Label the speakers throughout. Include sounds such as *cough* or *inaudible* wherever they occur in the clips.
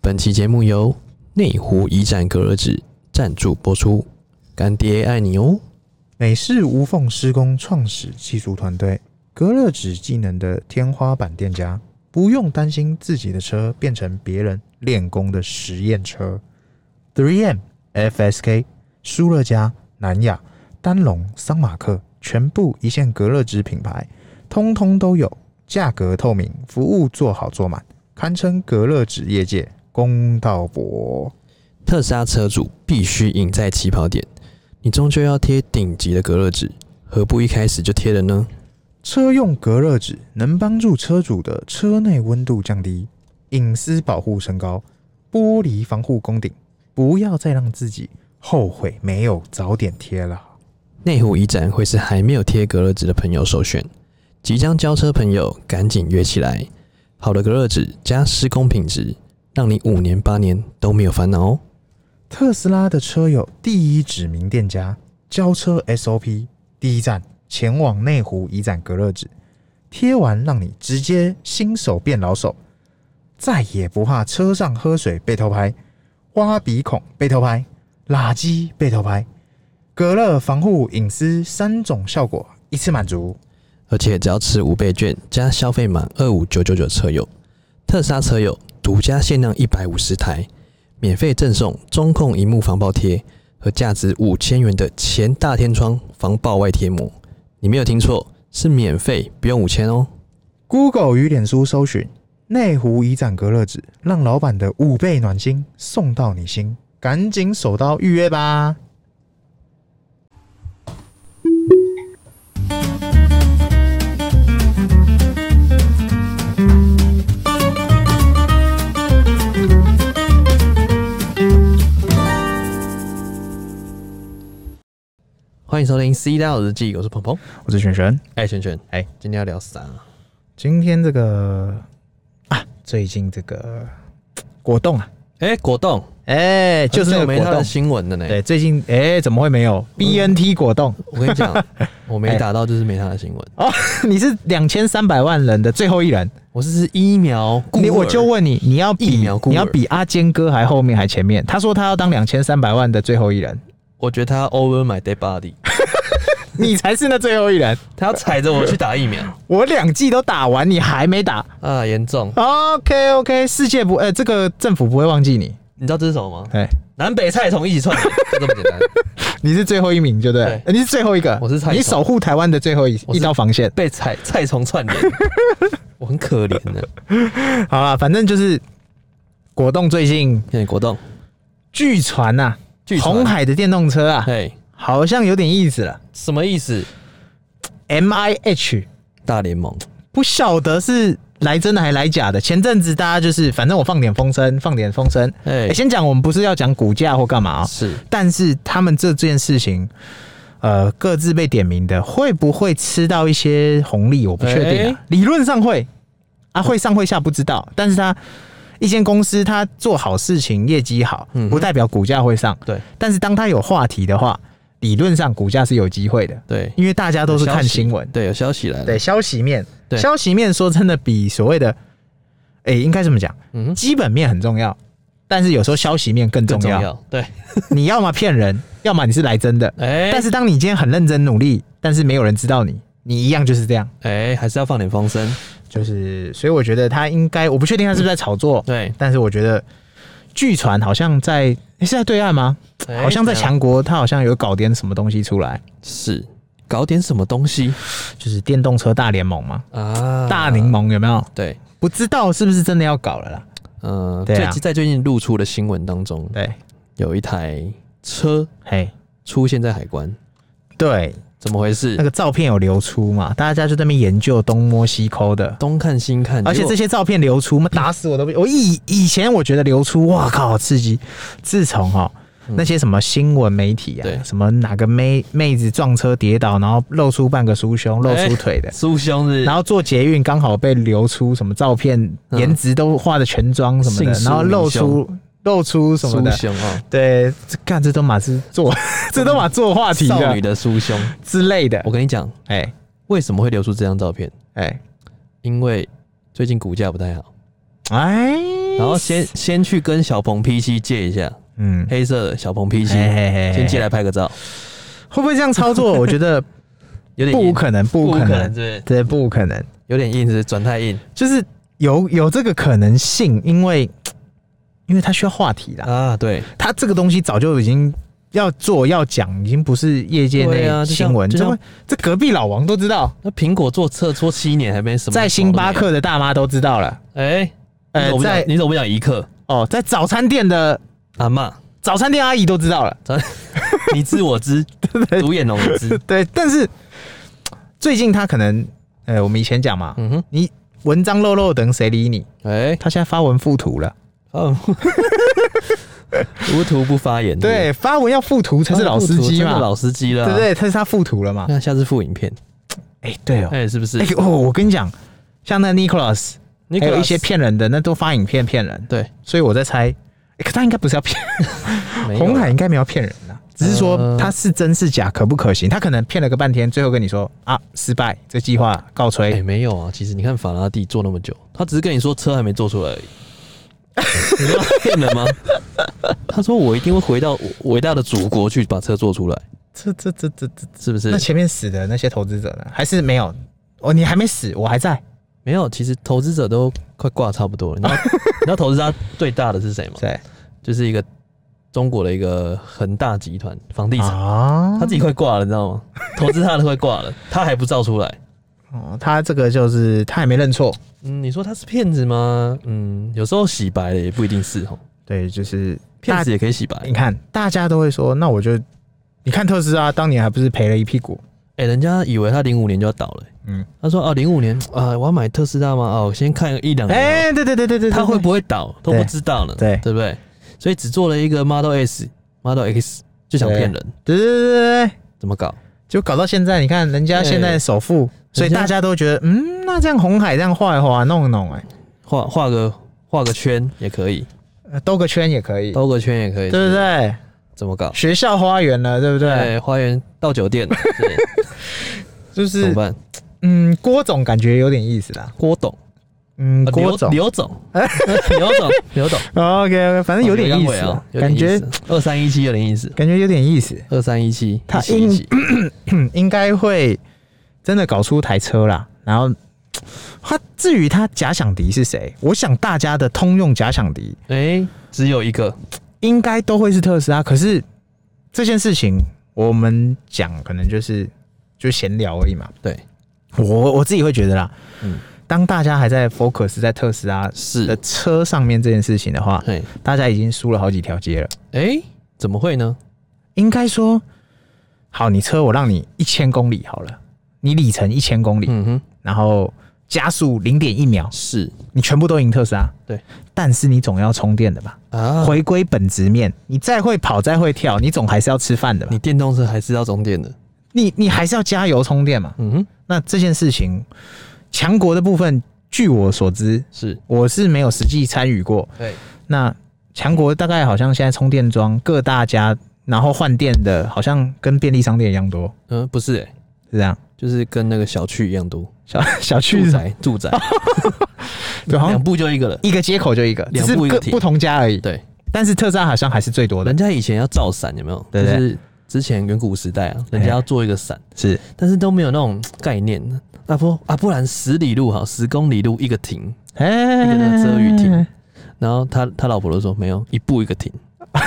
Speaker 1: 本期节目由内湖一站隔热纸赞助播出，干爹爱你哦！
Speaker 2: 美式无缝施工创始技术团队，隔热纸技能的天花板店家，不用担心自己的车变成别人练功的实验车。3M、FSK、舒乐家、南亚、丹龙、桑马克，全部一线隔热纸品牌，通通都有，价格透明，服务做好做满，堪称隔热纸业界公道伯。
Speaker 1: 特斯拉车主必须赢在起跑点，你终究要贴顶级的隔热纸，何不一开始就贴了呢？
Speaker 2: 车用隔热纸能帮助车主的车内温度降低，隐私保护升高，玻璃防护功顶，不要再让自己后悔没有早点贴了。
Speaker 1: 内湖一站会是还没有贴隔热纸的朋友首选，即将交车朋友赶紧约起来。好的隔热纸加施工品质，让你五年八年都没有烦恼哦。
Speaker 2: 特斯拉的车友第一指名店家，交车 SOP 第一站前往内湖一展隔热纸，贴完让你直接新手变老手，再也不怕车上喝水被偷拍、挖鼻孔被偷拍、垃圾被偷拍，隔热、防护、隐私三种效果一次满足。
Speaker 1: 而且只要持五倍券加消费满二五九九九车友，特斯拉车友独家限量一百五十台，免费赠送中控荧幕防爆贴和价值五千元的前大天窗防爆外贴膜。你没有听错，是免费，不用五千哦。
Speaker 2: Google 与脸书搜寻内湖一展隔热纸，让老板的五倍暖心送到你心，赶紧手刀预约吧！
Speaker 1: 欢迎收听《C 大佬日记》，我是鹏鹏，
Speaker 2: 我是璇璇，
Speaker 1: 哎，璇璇，
Speaker 2: 哎，
Speaker 1: 今天要聊啥？啊
Speaker 2: 今天这个啊，最近这个果冻啊，
Speaker 1: 哎，果冻，
Speaker 2: 哎、就是那
Speaker 1: 很
Speaker 2: 个
Speaker 1: 久没
Speaker 2: 果
Speaker 1: 他的
Speaker 2: 冻，
Speaker 1: 新闻了呢。
Speaker 2: 对，最近哎、怎么会没有 BNT 果冻？
Speaker 1: 我跟你讲，
Speaker 2: *laughs*
Speaker 1: 我没打到就是没他的新闻。
Speaker 2: 哦， *laughs* 你是两千三百万人的最后一人，
Speaker 1: 我这是疫苗孤儿，
Speaker 2: 你我就问你，你要
Speaker 1: 疫
Speaker 2: 比
Speaker 1: 苗孤儿
Speaker 2: 你要比阿坚哥还后面还前面？他说他要当两千三百万的最后一 *laughs* 人，
Speaker 1: 我觉得他 over my dead body，
Speaker 2: 你才是那最后一人。
Speaker 1: 他要踩着我去打疫苗
Speaker 2: 我两季都打完，你还没打。
Speaker 1: *laughs* 啊，严重。
Speaker 2: OK OK，世界不，呃、这个政府不会忘记你。
Speaker 1: 你知道这是什么吗？
Speaker 2: 哎、
Speaker 1: *laughs* 南北菜虫一起串，就这么简单。
Speaker 2: 你是最后一名，对不对？
Speaker 1: 对
Speaker 2: 呃你是最后一个，
Speaker 1: 我是菜头
Speaker 2: 你守护台湾的最后一
Speaker 1: 我是
Speaker 2: 一道防线。
Speaker 1: *laughs* 被菜菜虫串联， *laughs* 我很可怜的。
Speaker 2: 好了，反正就是果冻最近
Speaker 1: 谢谢果冻，
Speaker 2: 据传呐、啊，
Speaker 1: 据传
Speaker 2: 红海的电动车啊，
Speaker 1: 嘿，
Speaker 2: 好像有点意思了。
Speaker 1: 什么意思？
Speaker 2: MIH
Speaker 1: 大联盟
Speaker 2: 不晓得是来真的还来假的。前阵子大家就是，反正我放点风声，放点风声。
Speaker 1: 哎
Speaker 2: 哎、先讲我们不是要讲股价或干嘛啊、
Speaker 1: 是
Speaker 2: 但是他们这件事情，呃，各自被点名的，会不会吃到一些红利？我不确定、啊，
Speaker 1: 哎哦
Speaker 2: 理论上会啊，会上会下不知道，但是他。一间公司它做好事情，业绩好
Speaker 1: 嗯，
Speaker 2: 不代表股价会上。
Speaker 1: 对
Speaker 2: 但是当它有话题的话，理论上股价是有机会的，
Speaker 1: 对，
Speaker 2: 因为大家都是看新闻
Speaker 1: 有消息。对，有消息来了。
Speaker 2: 对，消息面，
Speaker 1: 对
Speaker 2: 消息面说真的比所谓的，哎、应该这么讲，
Speaker 1: 嗯哼，
Speaker 2: 基本面很重要，但是有时候消息面更重
Speaker 1: 更重
Speaker 2: 要。
Speaker 1: 要。对，
Speaker 2: 你要么骗人，要么你是来真的。
Speaker 1: 哎，
Speaker 2: 但是当你今天很认真努力，但是没有人知道你，你一样就是这样。
Speaker 1: 哎，还是要放点风声。
Speaker 2: 就是，所以我觉得他应该，我不确定他是不是在炒作，
Speaker 1: 对，
Speaker 2: 但是我觉得据传好像在、诶是在对岸吗？
Speaker 1: 哎
Speaker 2: 好像在
Speaker 1: 怎样
Speaker 2: 强国，他好像有搞点什么东西出来，
Speaker 1: 是搞点什么东西
Speaker 2: 就是电动车大联盟嘛，
Speaker 1: 啊？
Speaker 2: 大联盟有没有？
Speaker 1: 对，
Speaker 2: 不知道是不是真的要搞了啦？
Speaker 1: 呃，
Speaker 2: 对
Speaker 1: 最
Speaker 2: 啊
Speaker 1: 在最近露出的新闻当中，
Speaker 2: 对，
Speaker 1: 有一台车
Speaker 2: 嘿，
Speaker 1: 出现在海关，
Speaker 2: 对，
Speaker 1: 怎么回事
Speaker 2: 那？个照片有流出嘛，大家就在那边研究东摸西抠的，
Speaker 1: 东看西看，
Speaker 2: 而且
Speaker 1: 结果
Speaker 2: 这些照片流出，妈打死我都不。我以以前我觉得流出，哇靠，好刺激。自从哈、那些什么新闻媒体啊
Speaker 1: 嗯对，
Speaker 2: 什么哪个妹妹子撞车跌倒，然后露出半个酥胸、露出腿的，
Speaker 1: 苏兄哎是
Speaker 2: 然后做捷运刚好被流出什么照片，
Speaker 1: 嗯
Speaker 2: 颜值都画的全妆什么
Speaker 1: 姓
Speaker 2: 的，
Speaker 1: 苏
Speaker 2: 然后露出露出什么
Speaker 1: 苏
Speaker 2: 的。
Speaker 1: 兄
Speaker 2: *laughs*
Speaker 1: 哦，
Speaker 2: 对，这干这都马是
Speaker 1: *laughs*
Speaker 2: 做，这都马做话题
Speaker 1: 少女
Speaker 2: 的
Speaker 1: 的苏兄。
Speaker 2: 之类的
Speaker 1: 我。跟你讲，
Speaker 2: 哎
Speaker 1: 为什么会流出这张照片？
Speaker 2: 哎
Speaker 1: 因为最近股价不太好，
Speaker 2: 哎，
Speaker 1: 然后先先去跟小鹏 P 七借一下
Speaker 2: 嗯，哎
Speaker 1: 黑色的小鹏 P 七，
Speaker 2: 嘿嘿嘿
Speaker 1: 先借来拍个照，
Speaker 2: 会不会这样操作？我觉得
Speaker 1: 有点
Speaker 2: 不
Speaker 1: 硬，
Speaker 2: 可能，不可
Speaker 1: 可
Speaker 2: 能，
Speaker 1: 对，
Speaker 2: 对，不可能，
Speaker 1: 有点硬是不是转太硬
Speaker 2: 就是有有这个可能性，因为因为它需要话题啦，
Speaker 1: 啊，对，
Speaker 2: 它这个东西早就已经。要做要讲，已经不是业界
Speaker 1: 对啊
Speaker 2: 内
Speaker 1: 就像
Speaker 2: 新闻，
Speaker 1: 就
Speaker 2: 这
Speaker 1: 像
Speaker 2: 么这隔壁老王都知道，
Speaker 1: 那苹果做测做七年还没什么，
Speaker 2: 在星巴，克的大妈都知道了。
Speaker 1: 哎，你怎
Speaker 2: 呃
Speaker 1: 么，不讲
Speaker 2: 在
Speaker 1: 你怎么不讲一克
Speaker 2: 哦，在早餐店的
Speaker 1: 阿妈，
Speaker 2: 早餐店阿姨都知道了。
Speaker 1: 你知我
Speaker 2: *laughs*
Speaker 1: 知，独眼龙也知，
Speaker 2: 对，但是最近他可能，呃，我们以前讲嘛，
Speaker 1: 嗯哼，
Speaker 2: 你文章漏漏等谁理你？
Speaker 1: 哎，
Speaker 2: 他现在发文附图了，
Speaker 1: 哦 *laughs* 无图不发言，
Speaker 2: 对，嗯发文要附图才
Speaker 1: 他
Speaker 2: 是老司机嘛，
Speaker 1: 老司机了，
Speaker 2: 对不？对？他是他附图了嘛？
Speaker 1: 那下次附影片，
Speaker 2: 哎、对哦，
Speaker 1: 嗯
Speaker 2: 哎、
Speaker 1: 哎，是哎不是？
Speaker 2: 哦，我跟你讲，像那 Nicholas，
Speaker 1: 你
Speaker 2: 还有一些骗人的，那都发影片骗人，
Speaker 1: 对，
Speaker 2: 所以我在猜，哎可他应该不是要骗，
Speaker 1: 没有
Speaker 2: 红海
Speaker 1: 啦
Speaker 2: 应该没有啊骗人啦。只是说
Speaker 1: 呃
Speaker 2: 他是真是假，可不可行？他可能骗了个半天，最后跟你说啊，失败，这计划告吹。
Speaker 1: 哎、没有啊，其实你看法拉第做那么久，他只是跟你说车还没做出
Speaker 2: *laughs*
Speaker 1: 来而已。你知道他骗人吗？他说我一定会回到我伟大的祖国去把车做出来，
Speaker 2: 这这这这这
Speaker 1: 是不是
Speaker 2: 那？前面死的那些投资者呢？还是没有？哦，你还没死，我还在。
Speaker 1: 没有，其实投资者都快挂差不多了。你知
Speaker 2: *laughs*
Speaker 1: 道你知道投资家最大的是谁吗？
Speaker 2: 对，
Speaker 1: 就是一个中国的一个恒大集团房地产，
Speaker 2: 啊
Speaker 1: 他自己快挂了，你知道吗？投资他的快挂了，他还不造出来。
Speaker 2: 哦，他这个就是他还没认错。
Speaker 1: 嗯，你说他是骗子吗？嗯，有时候洗白了也不一定是哦，
Speaker 2: 对，就是
Speaker 1: 骗
Speaker 2: 大
Speaker 1: 子也可以洗白。
Speaker 2: 你看，大家都会说，那我就你看特斯拉当年还不是赔了一屁股？
Speaker 1: 哎、人家以为他零五年就要倒了、
Speaker 2: 嗯
Speaker 1: 嗯，他说哦，零五年啊、我要买特斯拉吗？哦，先看一两年哦、
Speaker 2: 哎、对对对对对，
Speaker 1: 他会
Speaker 2: 对
Speaker 1: 不会倒都不知道呢，
Speaker 2: 对
Speaker 1: 对不对？所以只做了一个 Model S、Model X 就想骗人，
Speaker 2: 对对对对对，
Speaker 1: 怎么搞？
Speaker 2: 就搞到现在，你看人家现在首富，所以
Speaker 1: 人家
Speaker 2: 大家都觉得，嗯，那这样红海这样画一画，弄一弄、哎
Speaker 1: 画画个画个圈也可以，
Speaker 2: 呃，兜个圈也可以，
Speaker 1: 兜个圈也可以，
Speaker 2: 对不？对？
Speaker 1: 怎么搞？
Speaker 2: 学校花园了，对不对？
Speaker 1: 对，花园到酒
Speaker 2: *laughs*
Speaker 1: 店，对
Speaker 2: 就
Speaker 1: 怎
Speaker 2: 是
Speaker 1: 么办？
Speaker 2: 嗯，郭总感觉有点意思啦。
Speaker 1: 郭董，
Speaker 2: 嗯，
Speaker 1: 啊
Speaker 2: 郭
Speaker 1: 刘
Speaker 2: 总、
Speaker 1: 刘
Speaker 2: *laughs*
Speaker 1: 总，刘总，刘 *laughs* 总，
Speaker 2: o k OK，反正有点意思啊
Speaker 1: 啊，，
Speaker 2: 感觉
Speaker 1: 二三一七有点意思，
Speaker 2: 感觉有点意思，
Speaker 1: 二三一七，
Speaker 2: 他
Speaker 1: 一起一起
Speaker 2: 嗯应该会真的搞出台车啦。然后他至于他假想敌是谁，我想大家的通用假想敌
Speaker 1: 哎、只有一个，
Speaker 2: 应该都会是特斯拉。可是这件事情我们讲可能就是就闲聊而已嘛。
Speaker 1: 对，
Speaker 2: 我我自己会觉得啦，
Speaker 1: 嗯
Speaker 2: 当大家还在 focus 在特斯拉
Speaker 1: 是
Speaker 2: 的车上面这件事情的话，
Speaker 1: 嘿，
Speaker 2: 大家已经输了好几条街了。
Speaker 1: 哎、怎么会呢？
Speaker 2: 应该说，好，你车我让你一千公里好了，你里程一千公里，
Speaker 1: 嗯哼，
Speaker 2: 然后加速零点一秒，
Speaker 1: 是
Speaker 2: 你全部都赢特斯拉。
Speaker 1: 对，
Speaker 2: 但是你总要充电的吧？
Speaker 1: 啊，
Speaker 2: 回归本质面，你再会跑，再会跳，你总还是要吃饭的吧
Speaker 1: 你？电动车还是要充电的。
Speaker 2: 你你还是要加油充电嘛？
Speaker 1: 嗯哼，
Speaker 2: 那这件事情，强国的部分，据我所知，
Speaker 1: 是，
Speaker 2: 我是没有实际参与过。
Speaker 1: 对，
Speaker 2: 那强国大概好像现在充电桩各大家，然后换电的，好像跟便利商店一样多，
Speaker 1: 嗯、不是、欸，
Speaker 2: 是这样。
Speaker 1: 就是跟那个小区一样多， *laughs*
Speaker 2: 小小区
Speaker 1: 住
Speaker 2: 是吧
Speaker 1: 宅，住
Speaker 2: *laughs*
Speaker 1: 宅，
Speaker 2: 对，好
Speaker 1: 两
Speaker 2: 像
Speaker 1: 步就一个了。
Speaker 2: 一个接口就一个，只
Speaker 1: 两
Speaker 2: 是
Speaker 1: 步一
Speaker 2: 各
Speaker 1: 个停
Speaker 2: 不同家而已。
Speaker 1: 对，
Speaker 2: 但是特斯拉好像还是最多的
Speaker 1: 人，家以前要造伞，有没有？
Speaker 2: 对对
Speaker 1: 就是之前远古时代啊，人
Speaker 2: 哎
Speaker 1: 家要做一个伞，
Speaker 2: 是
Speaker 1: 但是都没有那种概念。那不啊，不然十里路好，十公里路一个停，
Speaker 2: 哎，
Speaker 1: 一个那个遮雨亭。然后他他老婆都说没有，一步一个停，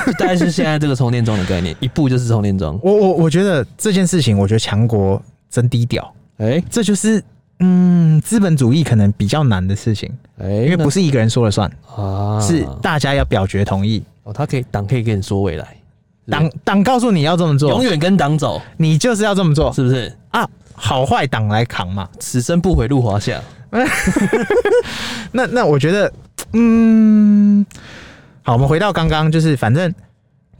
Speaker 1: 就 *laughs* 大概是现在这个充电桩的概念，一步就是充电桩。
Speaker 2: 我我我觉得这件事情，我觉得强国真低调，
Speaker 1: 哎
Speaker 2: 这就是嗯，资本主义可能比较难的事情，
Speaker 1: 哎，
Speaker 2: 因为
Speaker 1: 那
Speaker 2: 不是一个人说了算，
Speaker 1: 啊，
Speaker 2: 是大家要表决同意。
Speaker 1: 哦，他可以党可以跟你说未来，对
Speaker 2: 党党告诉你要这么做
Speaker 1: 永，远跟党走，
Speaker 2: 你就是要这么做
Speaker 1: 是不是？
Speaker 2: 啊！好坏党来扛嘛。
Speaker 1: 此生不悔入华夏。
Speaker 2: 那那我觉得，嗯，好，我们回到刚刚，就是反正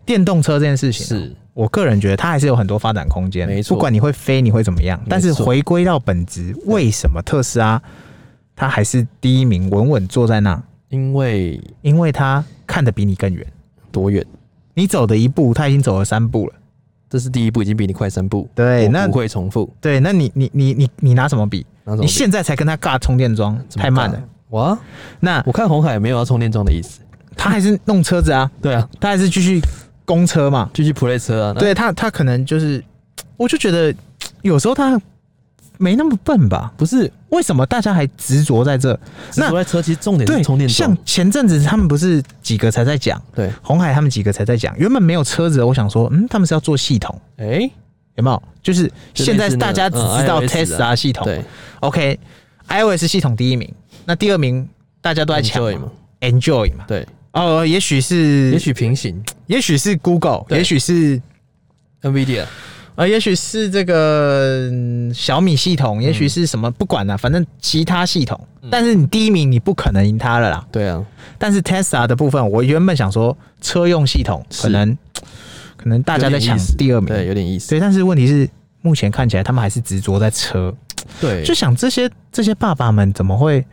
Speaker 2: 电动车这件事情，
Speaker 1: 是
Speaker 2: 我个人觉得它还是有很多发展空间。
Speaker 1: 没错
Speaker 2: 不管你会飞，你会怎么样，但是
Speaker 1: 没错
Speaker 2: 回归到本质，为什么特斯拉它还是第一名，稳稳坐在那？
Speaker 1: 因为
Speaker 2: 因为它看得比你更远，
Speaker 1: 多远？
Speaker 2: 你走的一步，它已经走了三步了。
Speaker 1: 这是第一步，已经比你快三步。
Speaker 2: 对
Speaker 1: 我
Speaker 2: 那
Speaker 1: 不会重复。
Speaker 2: 对，那你你你你你拿什么比？
Speaker 1: 拿什么
Speaker 2: 你
Speaker 1: 比
Speaker 2: 现在才跟它尬充电桩，
Speaker 1: 怎么
Speaker 2: 太慢
Speaker 1: 尬
Speaker 2: 了。
Speaker 1: 哇，
Speaker 2: 那
Speaker 1: 我看红海没有要充电桩的意思。
Speaker 2: 他还是弄车子啊，
Speaker 1: 对啊，
Speaker 2: 他还是继续公车嘛。
Speaker 1: 继续 play 车啊。那，
Speaker 2: 对他，他可能就是，我就觉得有时候他没那么笨吧？
Speaker 1: 不是，
Speaker 2: 为什么大家还执着在这？
Speaker 1: 只是我在车其实重点
Speaker 2: 对
Speaker 1: 是充电，桩
Speaker 2: 像。前阵子他们不是几个才在讲， *laughs*
Speaker 1: 对，
Speaker 2: 红海他们几个才在讲，原本没有车子的，我想说，嗯，他们是要做系统，
Speaker 1: 哎、
Speaker 2: 有没有？就是
Speaker 1: 就类似
Speaker 2: 现在
Speaker 1: 那个
Speaker 2: 大家只知道
Speaker 1: 嗯 iOS 的
Speaker 2: Tesla 系统，
Speaker 1: 对
Speaker 2: o k i o s 系统第一名，那第二名大家都在抢
Speaker 1: Enjoy 嘛，
Speaker 2: Enjoy 嘛，
Speaker 1: 对，
Speaker 2: 哦，也许是，
Speaker 1: 也许平行
Speaker 2: 也许是 Google，
Speaker 1: 对
Speaker 2: 也许是
Speaker 1: NVIDIA，
Speaker 2: 呃，也许是这个嗯小米系统，也许是什么，不管了、反正其他系统。
Speaker 1: 嗯
Speaker 2: 但是你第一名你不可能赢它了啦。
Speaker 1: 对啊，
Speaker 2: 但是 Tesla 的部分，我原本想说车用系统
Speaker 1: 是
Speaker 2: 可能可能大家在抢第二名，
Speaker 1: 对，有点意思，
Speaker 2: 对。但是问题是，目前看起来他们还是执着在车，
Speaker 1: 对，
Speaker 2: 就想这些这些爸爸们怎么会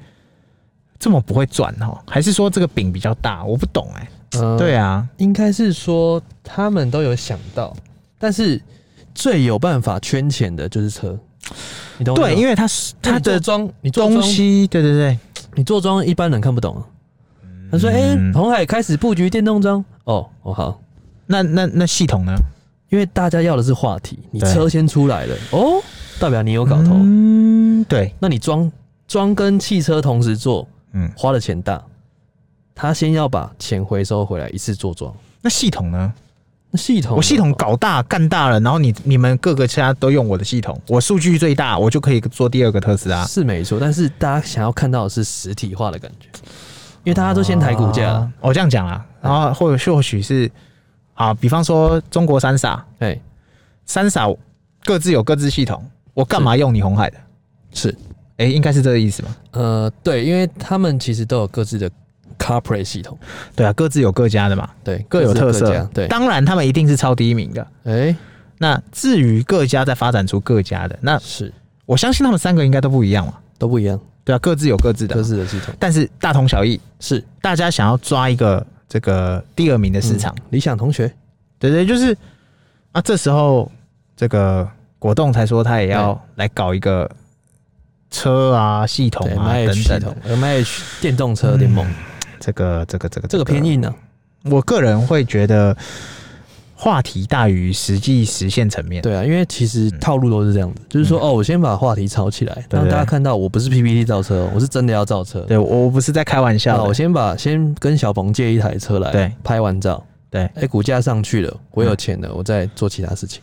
Speaker 2: 这么不会转哦？还是说这个饼比较大？我不懂哎、
Speaker 1: 嗯
Speaker 2: 对啊，
Speaker 1: 应该是说他们都有想到，但是最有办法圈钱的就是车，你懂我意思吗
Speaker 2: 对，因为它是它
Speaker 1: 你做
Speaker 2: 的
Speaker 1: 装，你做
Speaker 2: 东
Speaker 1: 庄，
Speaker 2: 西，对对对，
Speaker 1: 你做装一般人看不懂啊。他说：“哎、
Speaker 2: 嗯
Speaker 1: 红海开始布局电动装。”哦，哦好，
Speaker 2: 那那那系统呢？
Speaker 1: 因为大家要的是话题，你
Speaker 2: 对
Speaker 1: 车先出来了，哦，代表你有搞头。
Speaker 2: 嗯，对，
Speaker 1: 那你装装跟汽车同时做，
Speaker 2: 嗯，
Speaker 1: 花的钱大，他先要把钱回收回来，一次做装。
Speaker 2: 那系统呢？
Speaker 1: 那系统，
Speaker 2: 我系统，搞大干大了，然后你你们各个家都用我的系统，我数据最大，我就可以做第二个特斯拉。
Speaker 1: 是没错，但是大家想要看到的是实体化的感觉，因为大家都先抬股价了
Speaker 2: 啊。我、这样讲啊，然后或许或许是啊，比方说中国三傻，
Speaker 1: 哎、
Speaker 2: 三傻各自有各自系统，我干嘛用你红海的？
Speaker 1: 是，
Speaker 2: 哎、应该是这个意思吧？
Speaker 1: 呃，对，因为他们其实都有各自的 CarPlay 系统，
Speaker 2: 对啊，各自有各家的嘛，
Speaker 1: 对，
Speaker 2: 各有
Speaker 1: 自
Speaker 2: 特
Speaker 1: 各
Speaker 2: 色
Speaker 1: 家。对，
Speaker 2: 当然他们一定是超第一名的。
Speaker 1: 哎、
Speaker 2: 那至于各家在发展出各家的，那
Speaker 1: 是
Speaker 2: 我相信他们三个应该都不一样嘛。
Speaker 1: 都不一样，
Speaker 2: 对啊，各自有各自的嘛
Speaker 1: 各，自的系统
Speaker 2: 但是大同小异。
Speaker 1: 是
Speaker 2: 大家想要抓一个这个第二名的市场，
Speaker 1: 嗯理想同学
Speaker 2: 对对，就是啊，这时候这个果冻才说他也要来搞一个车啊系统
Speaker 1: 对
Speaker 2: 啊
Speaker 1: M I H
Speaker 2: 等
Speaker 1: 系
Speaker 2: 等
Speaker 1: 统
Speaker 2: 的，嗯
Speaker 1: ，M I H 电动车联盟，
Speaker 2: 这个这个这个
Speaker 1: 这个偏，硬啊呢、
Speaker 2: 我个人会觉得话题大于实际实现层面。
Speaker 1: 对啊，因为其实套路都是这样子，就是说哦，我先把话题炒起来，
Speaker 2: 嗯对
Speaker 1: 让大家看到我不是 PPT 造车哦，我是真的要造车。
Speaker 2: 对，我我不是在开玩
Speaker 1: 那
Speaker 2: 笑
Speaker 1: 我
Speaker 2: 的，
Speaker 1: 先把先跟小鹏借一台车来，
Speaker 2: 对，
Speaker 1: 拍完照，
Speaker 2: 对，
Speaker 1: 哎，股价上去了，我有钱了，我再做其他事情，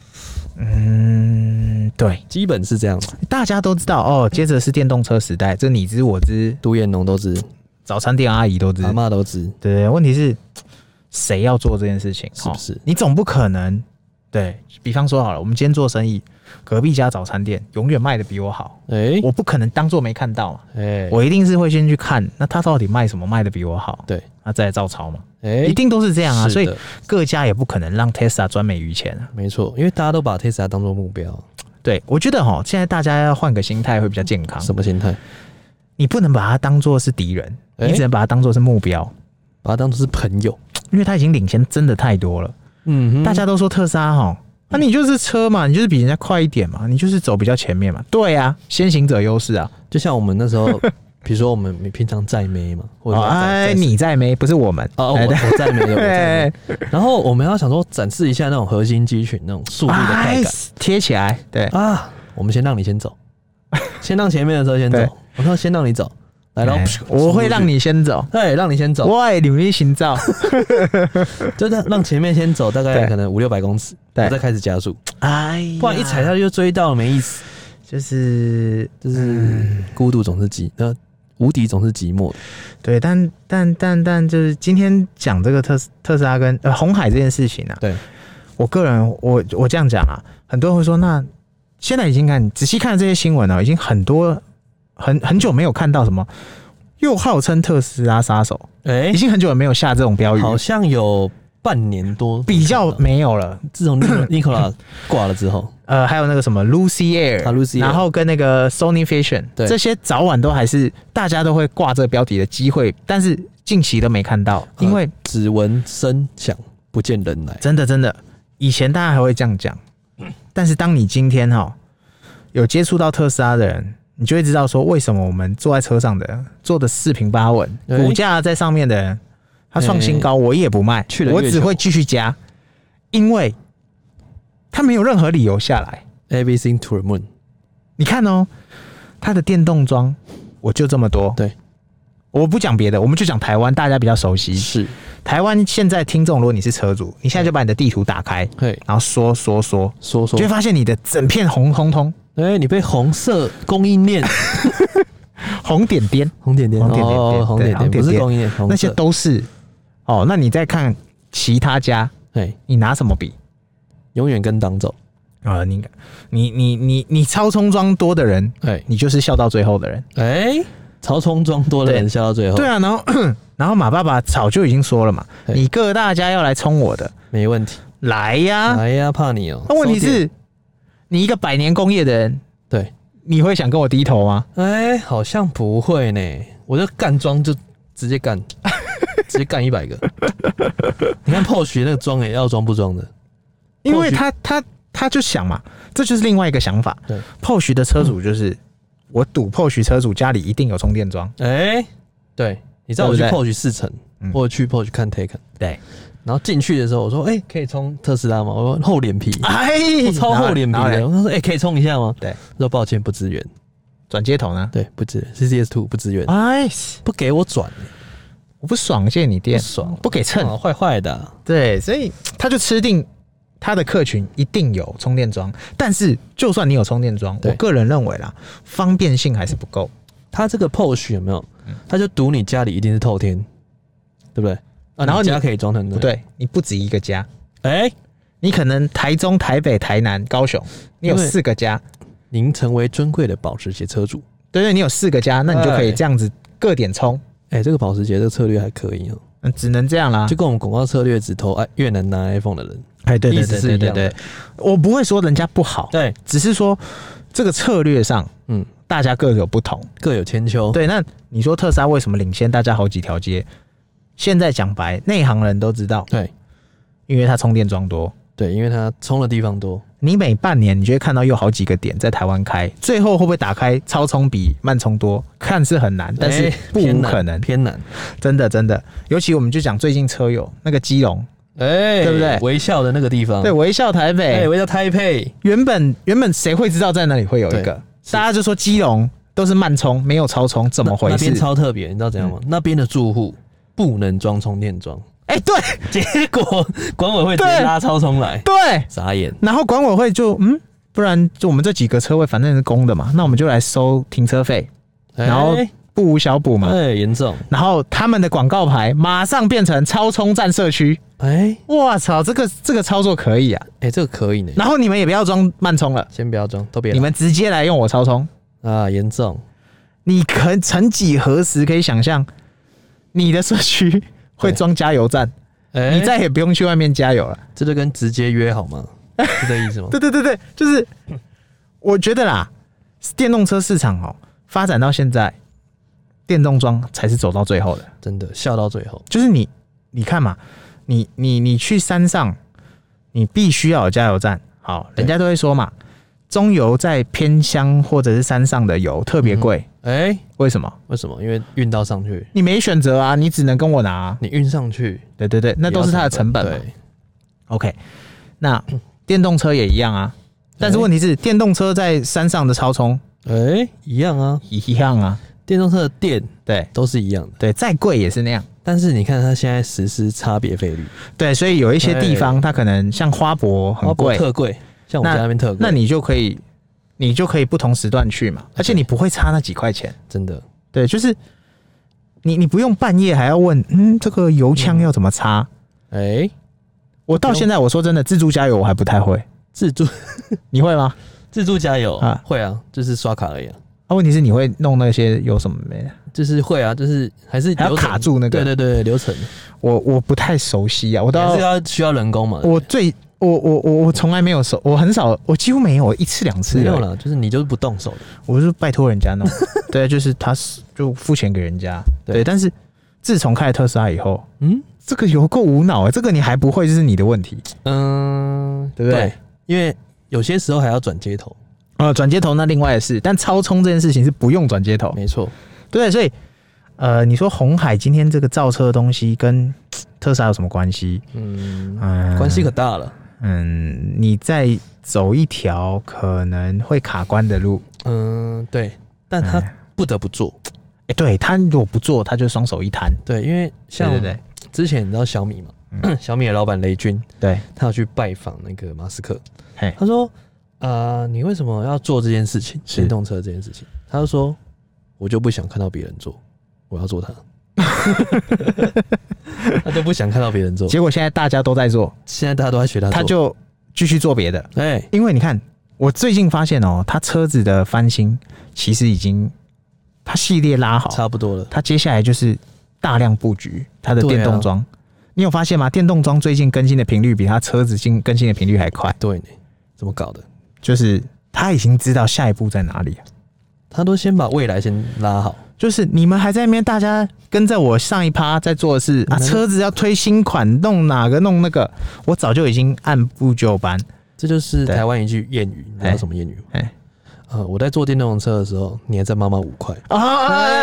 Speaker 2: 嗯，对，
Speaker 1: 基本是这样子。
Speaker 2: 大家都知道哦。接着是电动车时代，这你知我知，
Speaker 1: 杜彦农都知，
Speaker 2: 早餐店阿姨都知，
Speaker 1: 阿妈都知，
Speaker 2: 对，问题是谁要做这件事情？
Speaker 1: 是不是
Speaker 2: 哦你总不可能对比方说好了，我们今天做生意，隔壁家早餐店永远卖的比我好，
Speaker 1: 哎
Speaker 2: 我不可能当做没看到嘛，
Speaker 1: 哎，
Speaker 2: 我一定是会先去看，那他到底卖什么卖的比我好，
Speaker 1: 对，
Speaker 2: 那再来照抄嘛，
Speaker 1: 哎，
Speaker 2: 一定都是这
Speaker 1: 这
Speaker 2: 样啊，所以各家也不可能让 Tesla 专美于前啊。
Speaker 1: 没错，因为大家都把 Tesla 当做目标，
Speaker 2: 对，我觉得哈，现在大家要换个心态会比较健康，
Speaker 1: 什么心态？
Speaker 2: 你不能把它当做是敌人，
Speaker 1: 哎
Speaker 2: 你只能把它当做是目标，
Speaker 1: 把它当做是朋友。
Speaker 2: 因为它已经领先真的太多了。
Speaker 1: 嗯哼，
Speaker 2: 大家都说特斯拉哈，那、你就是车嘛，你就是比人家快一点嘛，你就是走比较前面嘛。对啊，先行者优势啊。
Speaker 1: 就像我们那时
Speaker 2: *laughs*
Speaker 1: 候，比如说我们平常载妹嘛，或者
Speaker 2: 哦
Speaker 1: 载
Speaker 2: 哎，
Speaker 1: 载
Speaker 2: 你在没？不是我们
Speaker 1: 哦，我
Speaker 2: 哎对
Speaker 1: 我赞美的，我赞
Speaker 2: 哎
Speaker 1: 美。然后我们要想说展示一下那种核心肌群那种速度的快
Speaker 2: 哎
Speaker 1: 感
Speaker 2: 贴起来，对
Speaker 1: 啊，我们先让你先
Speaker 2: *laughs*
Speaker 1: 走，先让前面的车先
Speaker 2: 对
Speaker 1: 走，我说先让你走，来到
Speaker 2: 哎我会让，你先走，
Speaker 1: 对，让你先走，
Speaker 2: 我也努力行造。
Speaker 1: 就让让前面先走大概
Speaker 2: 对
Speaker 1: 可能五六百公尺，
Speaker 2: 对
Speaker 1: 我再开始加速，
Speaker 2: *laughs* 哎呀，
Speaker 1: 不然一踩下去就追到了没意思，
Speaker 2: 就是嗯
Speaker 1: 就是孤独总是寂，呃，无敌总是寂寞的，
Speaker 2: 对，但但但但就是今天讲这个特斯特斯拉跟呃红海这件事情啊，
Speaker 1: 对，
Speaker 2: 我个人我我这样讲啊，很多人会说，那现在已经看仔细看这些新闻了、啊已经很多很很久没有看到什么又号称特斯拉杀手，
Speaker 1: 哎
Speaker 2: 已，经很久没有下这种标语，
Speaker 1: 好像有半年多
Speaker 2: 比较没有了。
Speaker 1: 自从 Nicola 挂了之后，
Speaker 2: 呃，还有那个什么 Lucy Air，、
Speaker 1: 啊，Lucy Air
Speaker 2: 然后跟那个 Sony Vision，
Speaker 1: 对
Speaker 2: 这些早晚都还是大家都会挂这个标题的机会，但是近期都没看到，
Speaker 1: 呃
Speaker 2: 因为
Speaker 1: 只闻声响不见人来，
Speaker 2: 真的真的，以前
Speaker 1: 嗯
Speaker 2: 大家还会这样讲，但是当你今天哈有接触到特斯拉的人，你就会知道说为什么我们坐在车上的坐的四平八稳，
Speaker 1: 哎
Speaker 2: 股价在上面的人，他创新高我也不卖，
Speaker 1: 去了
Speaker 2: 我
Speaker 1: 月
Speaker 2: 只
Speaker 1: 球
Speaker 2: 会继续加，因为他没有任何理由下来。
Speaker 1: Everything to the moon，
Speaker 2: 你看哦，它的电动装我就这么多，
Speaker 1: 对，
Speaker 2: 我不讲别的，我们就讲台湾，大家比较熟悉。
Speaker 1: 是，
Speaker 2: 台湾现在听众，如果你是车主，你现在就把你的地图打开，
Speaker 1: 嘿，
Speaker 2: 然后缩缩缩，
Speaker 1: 说说
Speaker 2: 就会，发现你的整片红彤彤、
Speaker 1: 哎、你被红色供应链
Speaker 2: 红点点，
Speaker 1: 红点点，
Speaker 2: 红点点
Speaker 1: 哦，
Speaker 2: 对
Speaker 1: 红点
Speaker 2: 红
Speaker 1: 点，
Speaker 2: 点
Speaker 1: 不是
Speaker 2: 点
Speaker 1: 供应链，红
Speaker 2: 那些
Speaker 1: 色，
Speaker 2: 都是哦。那你再看其他家，
Speaker 1: 哎，
Speaker 2: 你拿什么比？
Speaker 1: 永远跟党走，
Speaker 2: 啊、你你你你你超充装多的人，
Speaker 1: 哎
Speaker 2: 你就是笑到最后的人。
Speaker 1: 哎，曹冲装多的人
Speaker 2: 对
Speaker 1: 笑到最后，
Speaker 2: 对啊，然后 *clears throat* 然后马爸爸早就已经说了嘛，
Speaker 1: 对
Speaker 2: 你各大家要来冲我的，
Speaker 1: 没问题，
Speaker 2: 来呀、
Speaker 1: 哎呀，怕你哦、
Speaker 2: 那问题
Speaker 1: 收点，
Speaker 2: 是，你一个百年工业的人，
Speaker 1: 对，
Speaker 2: 你会想跟我低头吗？
Speaker 1: 哎、好像不会呢，我就干装就直接 *laughs* 干，直接干一百个，你看 POSH 那个装也要装不装的，
Speaker 2: 因
Speaker 1: 或
Speaker 2: 为
Speaker 1: 许
Speaker 2: 他他他就想嘛，这就是另外一个想法。
Speaker 1: 对，
Speaker 2: ，POS 的车主就是、我赌 POS 车主家里一定有充电桩，
Speaker 1: 哎、对，你知道我去
Speaker 2: 对不
Speaker 1: POSH 四层
Speaker 2: 嗯，
Speaker 1: 我有去 POSH 看 Taken，
Speaker 2: 对，
Speaker 1: 然后进去的时候我说，哎、可以充特斯拉吗？我说厚脸皮， *laughs*
Speaker 2: 哎，
Speaker 1: 我超厚脸皮
Speaker 2: 然后嘞
Speaker 1: 的，我说，哎、可以充一下吗？
Speaker 2: 对，
Speaker 1: 他说抱歉不支援，
Speaker 2: 转接头呢？
Speaker 1: 对，不支援，CCS Two 不支援，
Speaker 2: 哎，
Speaker 1: 不给我转，
Speaker 2: 我不爽借你电，
Speaker 1: 不爽
Speaker 2: 不给蹭，
Speaker 1: 啊坏坏的啊、
Speaker 2: 对，所以他就吃定他的客群一定有充电桩，但是就算你有充电桩，
Speaker 1: 对
Speaker 2: 我个人认为啦，方便性还是不够。
Speaker 1: 他这个 POSH 有没有？
Speaker 2: 嗯
Speaker 1: 他就赌你家里一定是透天，对不对？啊，
Speaker 2: 然后
Speaker 1: 你
Speaker 2: 你
Speaker 1: 家可以装成
Speaker 2: 不，对，你不止一个家，
Speaker 1: 哎、
Speaker 2: 你可能台中、台北、台南、高雄，你有
Speaker 1: 因为
Speaker 2: 四个家，
Speaker 1: 您成为尊贵的保时捷车主，
Speaker 2: 对对，你有四个家，那你就可以这样子各点冲，
Speaker 1: 哎、这个保时捷这个策略还可以哦、
Speaker 2: 嗯，只能这样啦
Speaker 1: 就。跟我们广告策略只投哎越南拿 iPhone 的人，
Speaker 2: 哎，对
Speaker 1: 意思是一样的，
Speaker 2: 我不会说人家不好，
Speaker 1: 对，
Speaker 2: 只是说这个策略上
Speaker 1: 嗯，
Speaker 2: 大家各有不同。
Speaker 1: 各有千秋，
Speaker 2: 对，那你说特斯拉为什么领先大家好几条街？现在讲白，内行人都知道，
Speaker 1: 对
Speaker 2: 因为它充电桩多。
Speaker 1: 对，因为它充的地方多，
Speaker 2: 你每半年，你就会看到有好几个点在台湾开，最后会不会打开超充比慢充多？看似很难，但是
Speaker 1: 哎
Speaker 2: 不
Speaker 1: 偏
Speaker 2: 无
Speaker 1: 难
Speaker 2: 可能，
Speaker 1: 偏难，
Speaker 2: 真的真的。尤其我们就讲最近车友那个基隆，
Speaker 1: 哎、
Speaker 2: 对不对
Speaker 1: 微笑的那个地方，
Speaker 2: 对，微笑台
Speaker 1: 哎、
Speaker 2: 北，
Speaker 1: 微笑 Taipei，
Speaker 2: 原本原本谁会知道在那里会有一个？大家就说基隆都是慢充，没有超充，怎么
Speaker 1: 那
Speaker 2: 回
Speaker 1: 那
Speaker 2: 事
Speaker 1: 边？超特别，你知道怎样吗？那边的住户不能装充电桩，
Speaker 2: 哎、对
Speaker 1: *laughs* 结 *laughs* 果管委会直接
Speaker 2: 对
Speaker 1: 拉超充来，
Speaker 2: 对，
Speaker 1: 傻眼。
Speaker 2: 然后管委会就嗯，不然就我们这几个车位反正是公的嘛，那我们就来收停车费，然后
Speaker 1: 哎
Speaker 2: 不无小补嘛。
Speaker 1: 哎，严重，
Speaker 2: 然后他们的广告牌马上变成超充站社区，
Speaker 1: 哎
Speaker 2: 我操，这个这个操作可以啊！
Speaker 1: 哎，这个可以呢，
Speaker 2: 然后你们也不要装慢充了，
Speaker 1: 先不要装，都别
Speaker 2: 你们直接来用我超充。
Speaker 1: 啊，严重，
Speaker 2: 你可曾几何时可以想象，你的社
Speaker 1: *laughs*
Speaker 2: 区会装加油站，
Speaker 1: 哎，
Speaker 2: 你再也不用去外面加
Speaker 1: *laughs*
Speaker 2: 油了？
Speaker 1: 这就跟直接约好吗？是这意 *laughs* 思吗？
Speaker 2: 对对对对，就是我觉得啦，电动车市场哦，发展到现在，电动桩才是走到最后的。
Speaker 1: 真的笑到最后，
Speaker 2: 就是你，你看嘛，你你你去山上，你必须要有加油站。好，
Speaker 1: 对
Speaker 2: 人家都会说嘛，中油在偏乡或者是山上的油特别贵，
Speaker 1: 哎，
Speaker 2: 为什么？
Speaker 1: 为什么？因为运到上去，
Speaker 2: 你没选择啊，你只能跟我拿啊、
Speaker 1: 你运上去，
Speaker 2: 对对对，那都是它的成本嘛。
Speaker 1: 对，
Speaker 2: OK，那电动车也一样啊，但是
Speaker 1: 哎
Speaker 2: 问题是，电动车在山上的超充
Speaker 1: 哎，一样啊，
Speaker 2: 一样啊，
Speaker 1: 电动车的电
Speaker 2: 对
Speaker 1: 都是一样的，
Speaker 2: 对，再贵也是那样。
Speaker 1: 但是你看它现在实施差别费率，
Speaker 2: 对，所以有一些地
Speaker 1: 对
Speaker 2: 方它可能像花博很
Speaker 1: 花博
Speaker 2: 贵，
Speaker 1: 特贵，像我们家那边特贵，
Speaker 2: 那你就可以，你就可以不同时段去嘛，而且你不会差那几块钱。
Speaker 1: 真的
Speaker 2: 对，就是你你不用半夜还要问，嗯，这个油枪要怎么擦？
Speaker 1: 哎，
Speaker 2: 我到现在我说真的，自助加油我还不太会，
Speaker 1: 自助 *laughs*
Speaker 2: 你会吗？
Speaker 1: 自助加油
Speaker 2: 啊
Speaker 1: 会啊，就是刷卡而已啊。
Speaker 2: 啊，问题是你会弄那些有什么没的？
Speaker 1: 就是会啊，就是还是
Speaker 2: 还要
Speaker 1: 流程
Speaker 2: 卡住那个
Speaker 1: 对对对，流程
Speaker 2: 我我不太熟悉啊，我
Speaker 1: 还
Speaker 2: 到哦
Speaker 1: 是要需要人工嘛。
Speaker 2: 我最我我我我从来没有熟，我很少，我几乎没有，我一次两次
Speaker 1: 没有
Speaker 2: 而已，
Speaker 1: 啦，就是你就是不动手的，
Speaker 2: 我是拜托人家弄，对，就是他是就付钱给人家，
Speaker 1: 对
Speaker 2: 对，但是自从开了特斯拉以后，
Speaker 1: 嗯
Speaker 2: 这个有够无脑、欸，这个你还不会，这是你的问题。
Speaker 1: 嗯，
Speaker 2: 对不对？
Speaker 1: 因为有些时候还要转接头，
Speaker 2: 哦呃，转接头那另外的事，但超充这件事情是不用转接头。
Speaker 1: 没错，
Speaker 2: 对，所以呃，你说红海今天这个造车的东西跟特斯拉有什么关系？
Speaker 1: 嗯，
Speaker 2: 嗯，
Speaker 1: 关系可大了。
Speaker 2: 嗯，你在走一条可能会卡关的路。
Speaker 1: 嗯，对，但他
Speaker 2: 哎、
Speaker 1: 不得不做，
Speaker 2: 哎对他如果不做，他就双手一摊。
Speaker 1: 对，因为像
Speaker 2: 对对
Speaker 1: 之前你知道小米嘛，
Speaker 2: 嗯
Speaker 1: *clears throat* 小米的老板雷军，
Speaker 2: 对，
Speaker 1: 他有去拜访那个马斯克
Speaker 2: 嘿，
Speaker 1: 他说：“啊，你为什么要做这件事情？
Speaker 2: 是
Speaker 1: 电动车这件事情？”他就说：“我就不想看到别人做，我要做它。” *laughs* 他就不想看到别人做
Speaker 2: 对。结果现在大家都在做，
Speaker 1: 现在大家都在学他做，
Speaker 2: 他就继续做别的。
Speaker 1: 哎、
Speaker 2: 因为你看，我最近发现哦，他车子的翻新其实已经，他系列拉好，
Speaker 1: 差不多了。
Speaker 2: 他接下来就是大量布局它的
Speaker 1: 对啊
Speaker 2: 电动桩。你有发现吗？电动桩最近更新的频率比它车子新更新的频率还快，
Speaker 1: 对呢，怎么搞的？
Speaker 2: 就是他已经知道下一步在哪里了。
Speaker 1: 他都先把未来先拉好，
Speaker 2: 就是你们还在那边，大家跟着我上一趴在做的事啊，
Speaker 1: 你们
Speaker 2: 车子要推新款，弄哪个弄那个，我早就已经按部就班。
Speaker 1: 这就是
Speaker 2: 对
Speaker 1: 台湾一句谚语，你知
Speaker 2: 哎
Speaker 1: 道什么谚语吗？
Speaker 2: 哎
Speaker 1: 呃，我在做电动车的时候，你还在妈妈五块，
Speaker 2: 啊，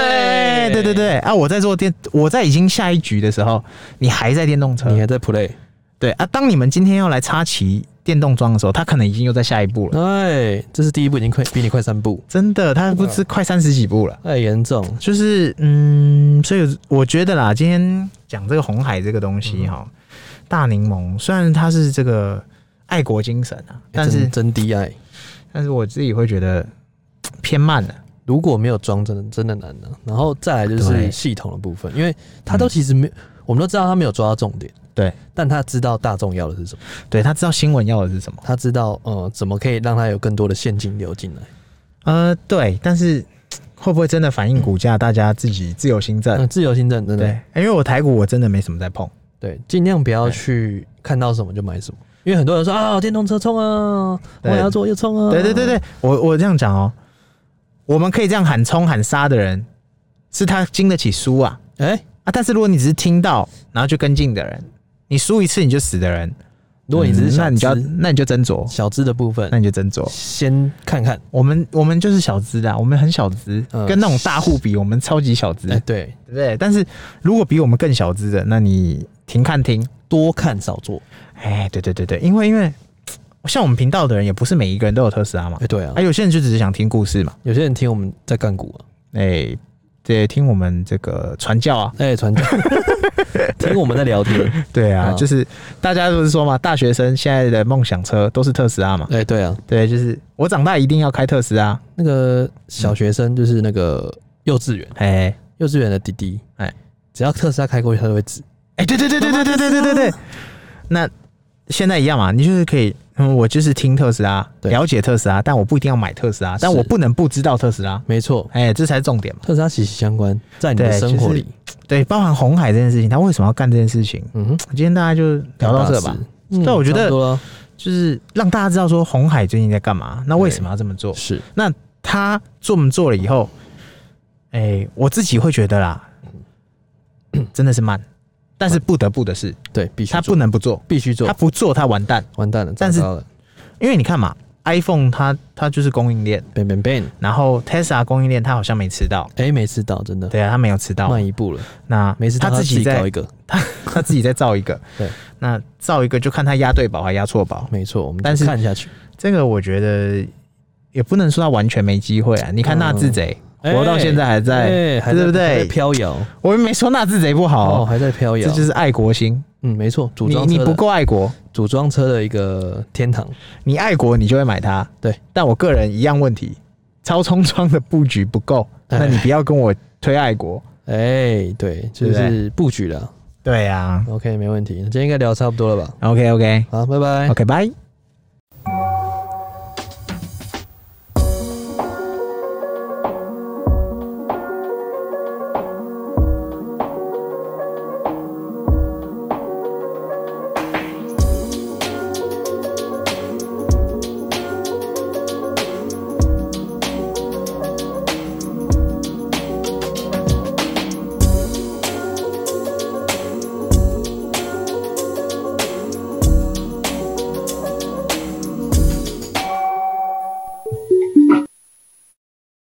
Speaker 2: 哎对对对啊，我在做电，我在已经下一局的时候，你还在电动车
Speaker 1: 你，还在 play，
Speaker 2: 对啊，当你们今天要来插旗电动桩的时候，他可能已经又在下一步了。
Speaker 1: 哎，这是第一步，已经快比你快三步，
Speaker 2: 真的，他不知快三十几步了。
Speaker 1: 太严重。哎
Speaker 2: 就是，嗯，所以我觉得啦，今天讲这个红海这个东西哈，大柠檬虽然它是这个爱国精神啊，但是
Speaker 1: 真真低爱，
Speaker 2: 但是我自己会觉得嘖偏慢了。
Speaker 1: 如果没有装，真的真的难呢、然后再来就
Speaker 2: 对
Speaker 1: 是系统的部分，因为他都其实没，我们都知道他没有抓到重点，
Speaker 2: 对，
Speaker 1: 但他知道大众要的是什么，
Speaker 2: 对他知道新闻要的是什么，
Speaker 1: 他知道呃怎么可以让他有更多的现金流进来。
Speaker 2: 呃，对，但是嘖会不会真的反映股价？大家自己自由心证。
Speaker 1: 嗯，自由行政真
Speaker 2: 对
Speaker 1: 的，
Speaker 2: 因为我台股我真的没什么在碰，
Speaker 1: 对，尽量不要去看到什么就买什么，因为很多人说啊，电动车冲啊，我
Speaker 2: 对
Speaker 1: 也要做又冲啊，
Speaker 2: 对对对，对，我我这样讲哦，我们可以这样喊冲喊杀的人，是他经得起输啊，
Speaker 1: 哎、
Speaker 2: 啊，但是如果你只是听到，然后就跟进的人，你输一次你就死的人，
Speaker 1: 如果你只是
Speaker 2: 嗯
Speaker 1: 小
Speaker 2: 那你就要
Speaker 1: 资
Speaker 2: 那你就斟酌，
Speaker 1: 小资的部分
Speaker 2: 那，你就斟酌。
Speaker 1: 先看看，
Speaker 2: 我们我们就是小资啊啦，我们很小资，
Speaker 1: 嗯
Speaker 2: 跟那种大户比，我们超级小资，
Speaker 1: 哎、
Speaker 2: 对
Speaker 1: 对，
Speaker 2: 不对？但是如果比我们更小资的，那你停看听，
Speaker 1: 多看少做，
Speaker 2: 哎，对对对对，因为因为像我们频道的人，也不是每一个人都有特斯拉嘛
Speaker 1: 哎、，对啊
Speaker 2: 啊，，有些人就只是想听故事嘛，
Speaker 1: 有些人听我们在干股啊，
Speaker 2: 哎，对，听我们这个传教啊，
Speaker 1: 哎、船
Speaker 2: *laughs*
Speaker 1: 长，听我们在聊天，
Speaker 2: 对啊，
Speaker 1: 嗯
Speaker 2: 就是大家都是说嘛，大学生现在的梦想车都是特斯拉嘛，
Speaker 1: 哎、对啊，
Speaker 2: 对，就是我长大一定要开特斯拉。
Speaker 1: 那个小学生就是那个幼稚园，
Speaker 2: 哎、
Speaker 1: 幼稚园的弟弟，
Speaker 2: 哎
Speaker 1: 只要特斯拉开过去，他就会指，
Speaker 2: 哎、对对对对对对对对对对。那现在一样嘛，你就是可以，嗯，我就是听特斯拉，
Speaker 1: 对
Speaker 2: 了解特斯拉，但我不一定要买特斯拉，
Speaker 1: 是
Speaker 2: 但我不能不知道特斯拉。
Speaker 1: 没错，
Speaker 2: 哎、这才是重点嘛。
Speaker 1: 特斯拉息息相关，在你的
Speaker 2: 对
Speaker 1: 生活里，
Speaker 2: 就对，包含红海这件事情，他为什么要干这件事情？
Speaker 1: 嗯哼，
Speaker 2: 今天大家就聊到这吧，
Speaker 1: 嗯。
Speaker 2: 但我觉得
Speaker 1: 差不多了
Speaker 2: 就是让大家知道说红海最近在干嘛，那为什么要这么做？
Speaker 1: 是
Speaker 2: 他这么做了以后，哎、我自己会觉得啦，
Speaker 1: 嗯
Speaker 2: 真的是慢，但是不得不的是，
Speaker 1: 对，必须
Speaker 2: 他
Speaker 1: 做
Speaker 2: 不能不做，
Speaker 1: 必须做
Speaker 2: 他，不做他完蛋。
Speaker 1: 完蛋了，
Speaker 2: 但是
Speaker 1: 糟糕了
Speaker 2: 因为你看嘛，iPhone 它它就是供应链，
Speaker 1: ，bang bang bang，
Speaker 2: 然后 Tesla 供应链它好像没吃到，
Speaker 1: 哎，没吃到，真的
Speaker 2: 对啊，它没有吃到，
Speaker 1: 慢一步了，
Speaker 2: 那
Speaker 1: 没吃到，
Speaker 2: 它自己
Speaker 1: 搞
Speaker 2: 在
Speaker 1: 一个，
Speaker 2: *laughs* 它自己再造一个，
Speaker 1: 对，
Speaker 2: 那造一个就看它押对宝还押错宝，
Speaker 1: 没错，我们
Speaker 2: 但是
Speaker 1: 看下去，
Speaker 2: 这个我觉得也不能说它完全没机会啊，你看
Speaker 1: 嗯
Speaker 2: 纳智贼。
Speaker 1: 哎
Speaker 2: 活到现在还在，
Speaker 1: 哎还在
Speaker 2: 对
Speaker 1: 还
Speaker 2: 不对
Speaker 1: 在？飘摇，
Speaker 2: 我们没说纳智贼不好
Speaker 1: 哦，
Speaker 2: 哦，
Speaker 1: 还在飘
Speaker 2: 这
Speaker 1: 摇，
Speaker 2: 就是爱国心。
Speaker 1: 嗯，没错，组
Speaker 2: 你
Speaker 1: 装
Speaker 2: 你
Speaker 1: 车
Speaker 2: 不
Speaker 1: 的
Speaker 2: 够爱国，
Speaker 1: 组装车的一个天堂，
Speaker 2: 你爱国你就会买它。
Speaker 1: 对，
Speaker 2: 但我个人一样问题，超充桩的布局不够，
Speaker 1: 哎
Speaker 2: 那你不要跟我推爱国。
Speaker 1: 哎、对，就
Speaker 2: 对不对
Speaker 1: 是布局了
Speaker 2: 对呀、
Speaker 1: 啊，OK，没问题，那今天应该聊得差不多了吧？
Speaker 2: 啊、，OK OK
Speaker 1: 好，拜拜。
Speaker 2: OK，拜。